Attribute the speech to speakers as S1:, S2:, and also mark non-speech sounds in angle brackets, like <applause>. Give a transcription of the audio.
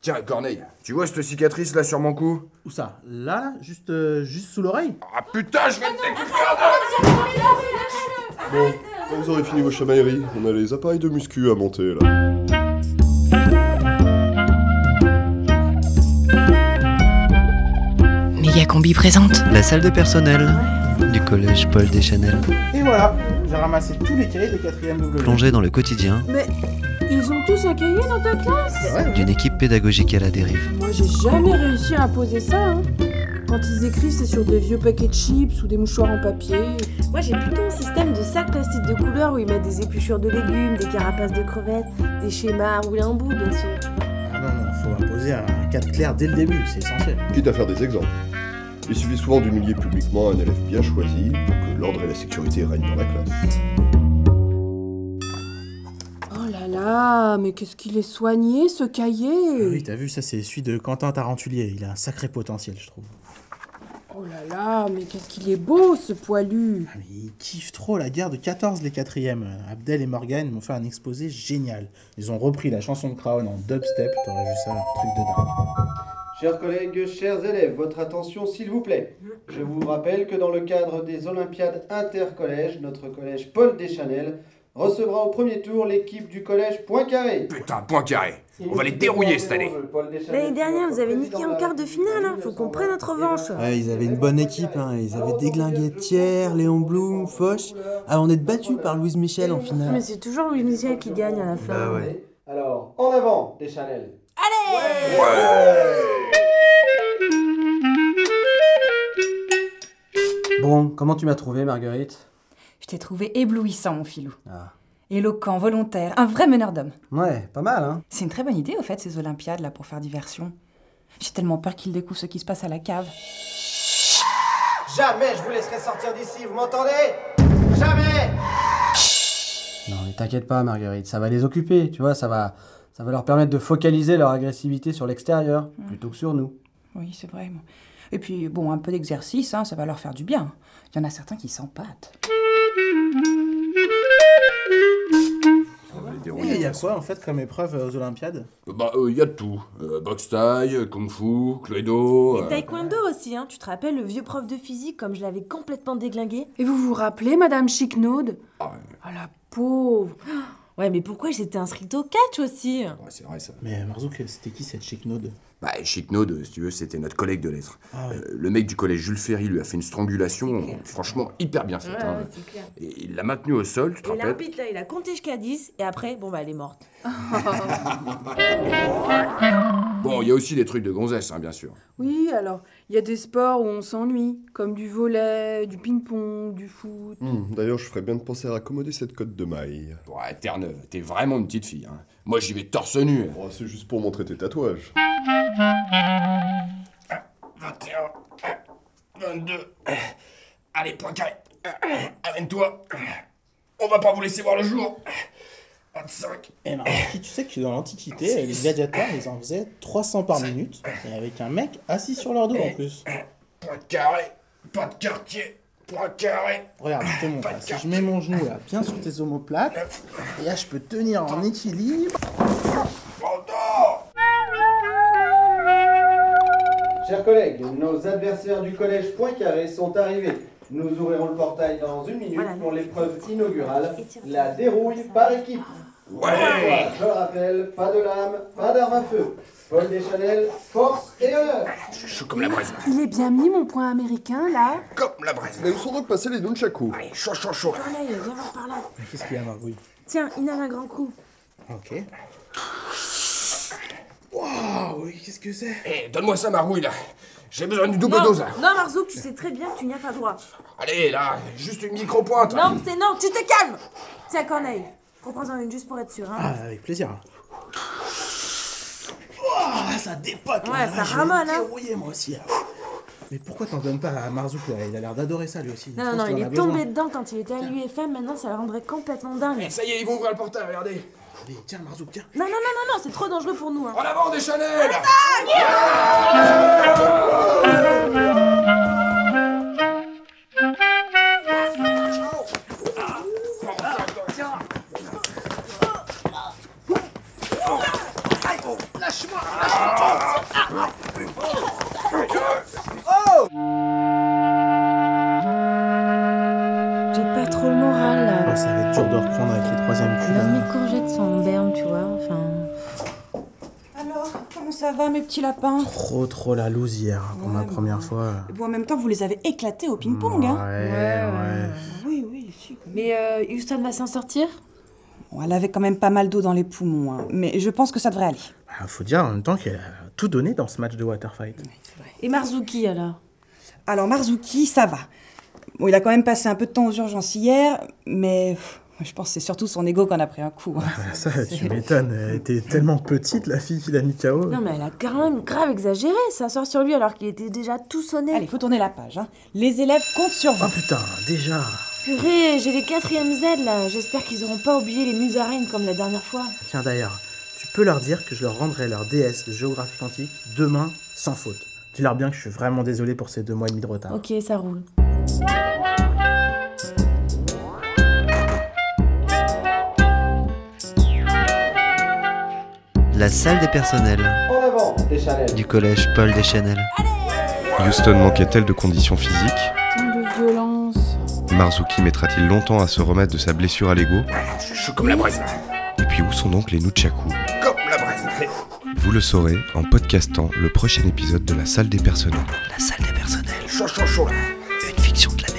S1: Tiens, Corneille, tu vois cette cicatrice là sur mon cou
S2: Où ça Là, là Juste, euh, juste sous l'oreille
S1: Ah putain, je vais te découper
S3: Bon, quand vous aurez fini vos chamailleries, on a les appareils de muscu à monter là.
S4: Mégacombi présente.
S5: La salle de personnel du collège Paul Deschanel,
S2: Et voilà, j'ai ramassé tous les cahiers de 4ème W.
S5: plongée dans le quotidien
S6: Mais ils ont tous un cahier dans ta classe
S7: Ah
S2: Ouais, ouais.
S5: d'une équipe pédagogique à la dérive.
S6: Moi j'ai jamais réussi à imposer ça. hein. Quand ils écrivent, c'est sur des vieux paquets de chips ou des mouchoirs en papier.
S8: Moi j'ai plutôt un système de sacs plastiques de couleur où ils mettent des épluchures de légumes, des carapaces de crevettes, des schémas roulés en bout bien sûr.
S2: Ah non, non, faut imposer un cadre clair dès le début, c'est essentiel.
S3: Quitte à faire des exemples. Il suffit souvent d'humilier publiquement un élève bien choisi pour que l'ordre et la sécurité règnent dans la classe.
S6: Oh là là, mais qu'est-ce qu'il est soigné ce
S2: Ah Oui,
S6: cahier
S2: t'as vu, ça c'est celui de Quentin Tarantulier, il a un sacré potentiel, je trouve.
S6: Oh là là, mais qu'est-ce qu'il est beau ce poilu
S2: Ah, mais ils kiffent trop la guerre de 14, les 4ème. Abdel et Morgan m'ont fait un exposé génial. Ils ont repris la chanson de Crown en dubstep, t'aurais vu ça, un truc de dingue.
S9: Chers collègues, chers élèves, votre attention s'il vous plaît. Je vous rappelle que dans le cadre des Olympiades intercollèges, notre collège Paul Deschanel recevra au premier tour l'équipe du collège Poincaré.
S1: Putain, point carré On va les dérouiller cette année
S8: L'année dernière vous avez niqué en quart de finale, hein. faut qu'on prenne notre revanche.
S7: Ouais, ils avaient une bonne équipe, hein. ils avaient déglingué Thiers, Léon Blum, Foch, avant d'être battus par Louise Michel en finale.
S8: Mais c'est toujours Louis Michel qui gagne à la fin.
S6: Ah
S7: Bah ouais.
S9: Alors, en avant, Deschanel
S7: Bon, comment tu m'as trouvé, Marguerite
S10: Je t'ai trouvé éblouissant, mon filou.
S7: Ah.
S10: Éloquent, volontaire, un vrai meneur d'hommes.
S7: Ouais, pas mal, hein
S10: C'est une très bonne idée, au fait, ces Olympiades, là, pour faire diversion. J'ai tellement peur qu'ils découvrent ce qui se passe à la cave.
S9: Jamais je vous laisserai sortir d'ici, vous m'entendez Jamais
S7: Non, mais t'inquiète pas, Marguerite, ça va les occuper, tu vois, ça va, ça va leur permettre de focaliser leur agressivité sur l'extérieur, plutôt que sur nous.
S10: Oui, c'est vrai. bon. Et puis, bon, un peu d'exercice, hein, ça va leur faire du bien. Il y en a certains qui s'empâtent.
S2: Et il y a quoi en fait comme épreuve euh, aux Olympiades
S1: Bah, il y a de tout. Euh, boxe thaï, kung fu, cluedo... euh,
S8: Taekwondo aussi, hein. tu te rappelles le vieux prof de physique comme je l'avais complètement déglingué
S6: Et vous vous rappelez, Madame Chicnaud
S1: Ah,
S6: Ah la pauvre
S8: <gasps> Ouais mais pourquoi j'étais inscrite au catch aussi
S1: ouais, c'est vrai ça.
S2: Mais euh, Marzouk, c'était qui cette chicnaude
S1: Bah, Chicnaud, si tu veux, c'était notre collègue de lettres.
S2: Ah ouais.
S1: Euh, le mec du collège Jules Ferry lui a fait une strangulation, euh, franchement, hyper bien faite. hein.
S8: c'est clair.
S1: Et il l'a maintenu au sol, tu te
S8: Et
S1: rappelles
S8: l'arbitre là, il a compté jusqu'à 10 et après, bon bah elle est morte.
S1: Bon, il y a aussi des trucs de gonzesse, hein, bien sûr.
S6: Oui, alors, il y a des sports où on s'ennuie, comme du volet, du ping-pong, du foot.
S3: Hmm, D'ailleurs, je ferais bien de penser à raccommoder cette cote de maille.
S1: Ouais, Terre-Neuve, t'es vraiment une petite fille. hein. Moi, j'y vais torse nu. hein.
S3: Oh, c'est juste pour montrer tes tatouages.
S1: 21, 22. Allez, point carré. Amène-toi. On va pas vous laisser voir le jour. 25.
S2: Eh Marzouk, tu sais que dans l'Antiquité, les gladiateurs, ils en faisaient 300 par minute, et avec un mec assis sur leur dos en plus.
S1: Point carré. Pas de quartier. Point carré.
S2: Regarde, je te montre, là. si je mets mon genou là, bien sur tes omoplates, et là je peux tenir en équilibre.
S9: Chers collègues, nos adversaires du collège Poincaré sont arrivés. Nous ouvrirons le portail dans une minute
S8: Voilà.
S9: pour l'épreuve inaugurale, la dérouille par équipe. Ouais Je le rappelle, pas de lame, pas d'arme à feu. Paul Deschanel, force et honneur
S1: Je suis chaud comme la braise. là.
S6: Il est bien mis, mon point américain, là
S1: Comme la braise.
S3: Mais où sont donc passés les nunchaku
S1: Allez, chaud, chaud, chaud. là.
S8: Corneille, viens voir par Ah, là.
S2: Qu'est-ce qu'il y a Marzouk
S8: Tiens, inhale un grand coup.
S2: Ok. Waouh, oui, qu'est-ce que c'est
S1: Eh, donne-moi ça, ma rouille, là. J'ai besoin du double dose, là.
S8: non Marzouk, tu sais très bien que tu n'y as pas droit.
S1: Allez, là, juste une micro-pointe.
S8: Non, c'est non, tu te calmes Tiens, Corneille, reprends-en une juste pour être sûr. Hein.
S2: Ah, avec plaisir. Ouah, ça dépote là.
S8: Ouais, ça
S2: Je vais
S8: ramone, hein.
S2: dérouiller, moi aussi là. Mais pourquoi t'en donnes pas à Marzouk là Il a l'air d'adorer ça lui aussi.
S8: Non, non, non, il est tombé dedans quand il était à l'UFM, maintenant ça le rendrait complètement dingue.
S1: Eh, ça y est, ils vont ouvrir le portail, regardez.
S2: Allez, tiens Marzouk, tiens.
S8: Non, non, non, non, non, c'est trop dangereux pour nous. Hein.
S1: En avant, des Chanel
S2: Ah, dur de reprendre avec les troisièmes culs. hein. là.
S8: mes courgettes sont en berne, tu vois. Enfin,
S10: Alors, comment ça va, mes petits lapins
S2: Trop trop la loose hier pour ma première fois.
S10: Bon, en même temps, vous les avez éclatés au ping-pong,
S2: Ouais,
S10: hein
S2: ouais.
S10: Oui, oui, si.
S8: Mais euh, Houston va s'en sortir
S10: Bon, elle avait quand même pas mal d'eau dans les poumons, hein, mais je pense que ça devrait aller.
S2: Bah, faut dire en même temps qu'elle a tout donné dans ce match de Waterfight.
S8: Et Marzuki alors
S10: Alors, Marzuki, ça va. Bon, il a quand même passé un peu de temps aux urgences hier, mais pff, je pense que c'est surtout son ego qu'on a pris un coup. hein. <laughs>
S2: Ah, ça, tu m'étonnes. Elle était tellement petite, la fille qui l'a mis KO.
S8: Non, mais elle a quand même grave exagéré, ça sort sur lui alors qu'il était déjà tout sonné.
S10: Allez, faut tourner la page. hein. Les élèves comptent sur
S2: Oh
S10: vous.
S2: putain, déjà.
S8: Purée, j'ai les quatrièmes Z là, j'espère qu'ils auront pas oublié les musaraignes comme la dernière fois.
S2: Tiens d'ailleurs, tu peux leur dire que je leur rendrai leur DS de géographie quantique demain sans faute. Dis-leur bien que je suis vraiment désolé pour ces deux mois et demi de retard.
S8: Ok, ça roule.
S5: La salle des personnels
S9: En avant, Deschanel.
S5: du collège Paul Deschanel.
S4: Houston manquait-elle de conditions physiques
S6: Tant de violence.
S4: Marzuki mettra-t-il longtemps à se remettre de sa blessure à l'ego
S1: Je suis chaud comme la braise,
S4: Et puis où sont donc les Nunchaku
S1: comme la braise.
S4: Vous le saurez en podcastant le prochain épisode de la salle des personnels.
S5: La salle des personnels,
S1: Chaud, chaud, chaud là.
S5: une fiction de la